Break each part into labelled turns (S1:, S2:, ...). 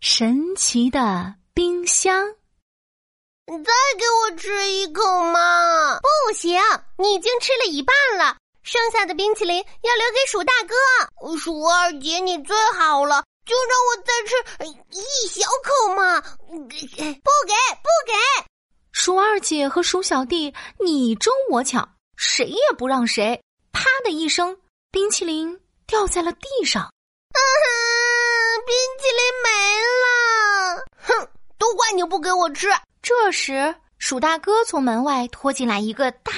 S1: 神奇的冰箱。
S2: 再给我吃一口嘛！
S3: 不行，你已经吃了一半了，剩下的冰淇淋要留给鼠大哥。
S2: 鼠二姐，你最好了，就让我再吃一小口嘛！不给，不
S3: 给！
S1: 鼠二姐和鼠小弟你争我抢，谁也不让谁。啪的一声，冰淇淋掉在了地上。
S2: 啊
S3: 嗯
S2: 哈！冰淇淋没了！哼，都怪你不给我吃。
S1: 这时，鼠大哥从门外拖进来一个大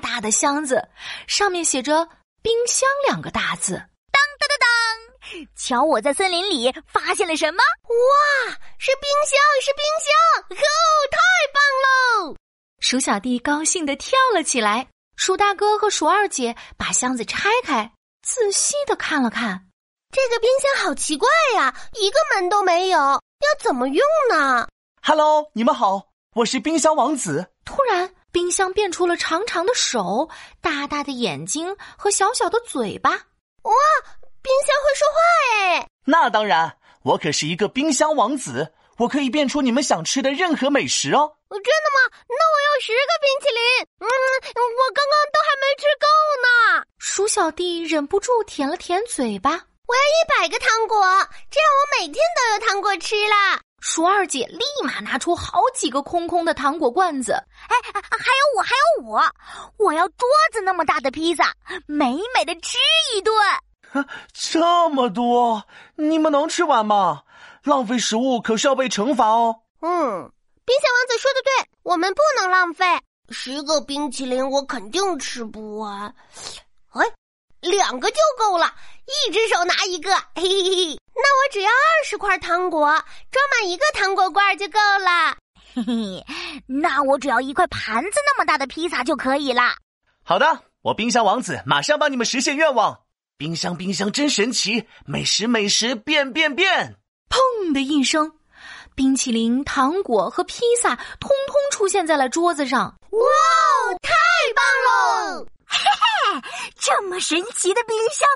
S1: 大的箱子，上面写着“冰箱”两个大字。
S4: 当当当当！瞧，我在森林里发现了什么？
S3: 哇，是冰箱，是冰箱！哦，太棒喽！
S1: 鼠小弟高兴的跳了起来。鼠大哥和鼠二姐把箱子拆开，仔细的看了看。
S3: 这个冰箱好奇怪呀、啊，一个门都没有，要怎么用呢
S5: ？Hello，你们好。我是冰箱王子。
S1: 突然，冰箱变出了长长的手、大大的眼睛和小小的嘴巴。
S3: 哇，冰箱会说话哎！
S5: 那当然，我可是一个冰箱王子，我可以变出你们想吃的任何美食哦。
S3: 真的吗？那我要十个冰淇淋。嗯，我刚刚都还没吃够呢。
S1: 鼠小弟忍不住舔了舔嘴巴。
S3: 我要一百个糖果，这样我每天都有糖果吃啦。
S1: 鼠二姐立马拿出好几个空空的糖果罐子，
S4: 哎，还
S3: 啊
S4: 有我，还有我，我要桌子那么大的披萨，美美的吃一顿。
S5: 这么多，你们能吃完吗？浪费食物可是要被惩罚哦。
S3: 嗯，冰箱王子说的对，我们不能浪费。
S2: 十个冰淇淋我肯定吃不完，哎，两个就够了，一只手拿一个，嘿嘿嘿。
S3: 那我只要二十块糖果，装满一个糖果罐就够了。
S4: 嘿嘿，那我只要一块盘子那么大的披萨就可以啦。
S5: 好的，我冰箱王子马上帮你们实现愿望。冰箱，冰箱真神奇，美食，美食变变变！
S1: 嗯砰的一声，冰淇淋、糖果和披萨通通出现在了桌子上。
S3: 哇，太棒喽！
S4: 嘿嘿，这么神奇的冰箱，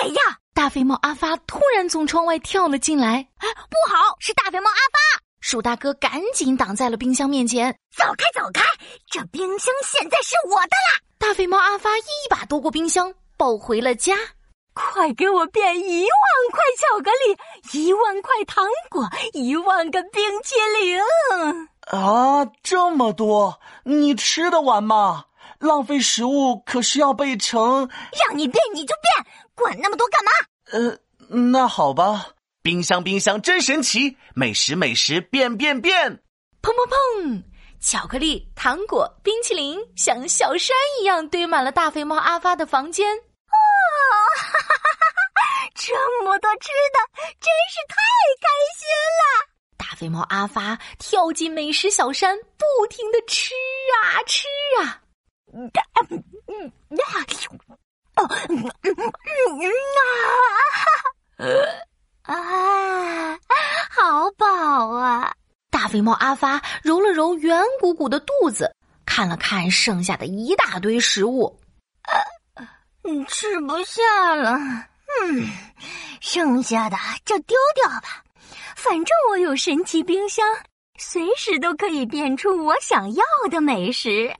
S4: 我也要。
S1: 大肥猫阿发突然从窗外跳了进来，哎
S4: 不好，是大肥猫阿发！
S1: 鼠大哥赶紧挡在了冰箱面前，
S4: 走开，走开！这冰箱现在是我的啦！
S1: 大肥猫阿发一把夺过冰箱，抱回了家。
S6: 快给我变一万块巧克力，一万块糖果，一万个冰淇淋！
S5: 啊，这么多，你吃得完吗？浪费食物可是要被惩。
S4: 让你变你就变，管那么多干嘛？
S5: 呃，那好吧。冰箱冰箱真神奇，美食美食变变变！
S1: 砰砰砰！巧克力、糖果、冰淇淋像小山一样堆满了大肥猫阿发的房间。
S4: 哦，哈哈哈！这么多吃的，真是太开心了！
S1: 大肥猫阿发跳进美食小山，不停的吃啊吃啊。
S6: 嗯嗯嗯哦嗯嗯
S4: 啊啊！好饱啊！
S1: 大肥猫阿发揉了揉圆鼓鼓的肚子，看了看剩下的一大堆食物，
S6: 啊、吃不下了。
S4: 嗯，剩下的就丢掉吧，反正我有神奇冰箱，随时都可以变出我想要的美食。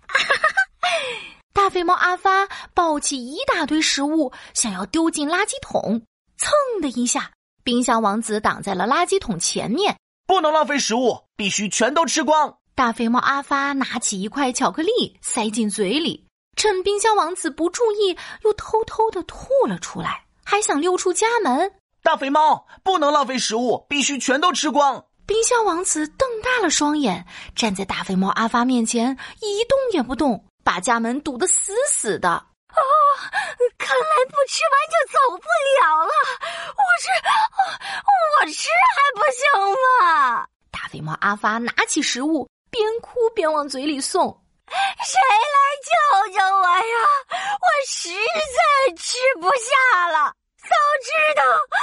S1: 大肥猫阿发抱起一大堆食物，想要丢进垃圾桶，噌的一下，冰箱王子挡在了垃圾桶前面。
S5: 不能浪费食物，必须全都吃光。
S1: 大肥猫阿发拿起一块巧克力塞进嘴里，趁冰箱王子不注意，又偷偷的吐了出来，还想溜出家门。
S5: 大肥猫不能浪费食物，必须全都吃光。
S1: 冰箱王子瞪大了双眼，站在大肥猫阿发面前，一动也不动。把家门堵得死死的
S4: 哦，看来不吃完就走不了了。我吃，我吃还不行吗？
S1: 大肥猫阿发拿起食物，边哭边往嘴里送。
S4: 谁来救救我呀？我实在吃不下了，早知道哎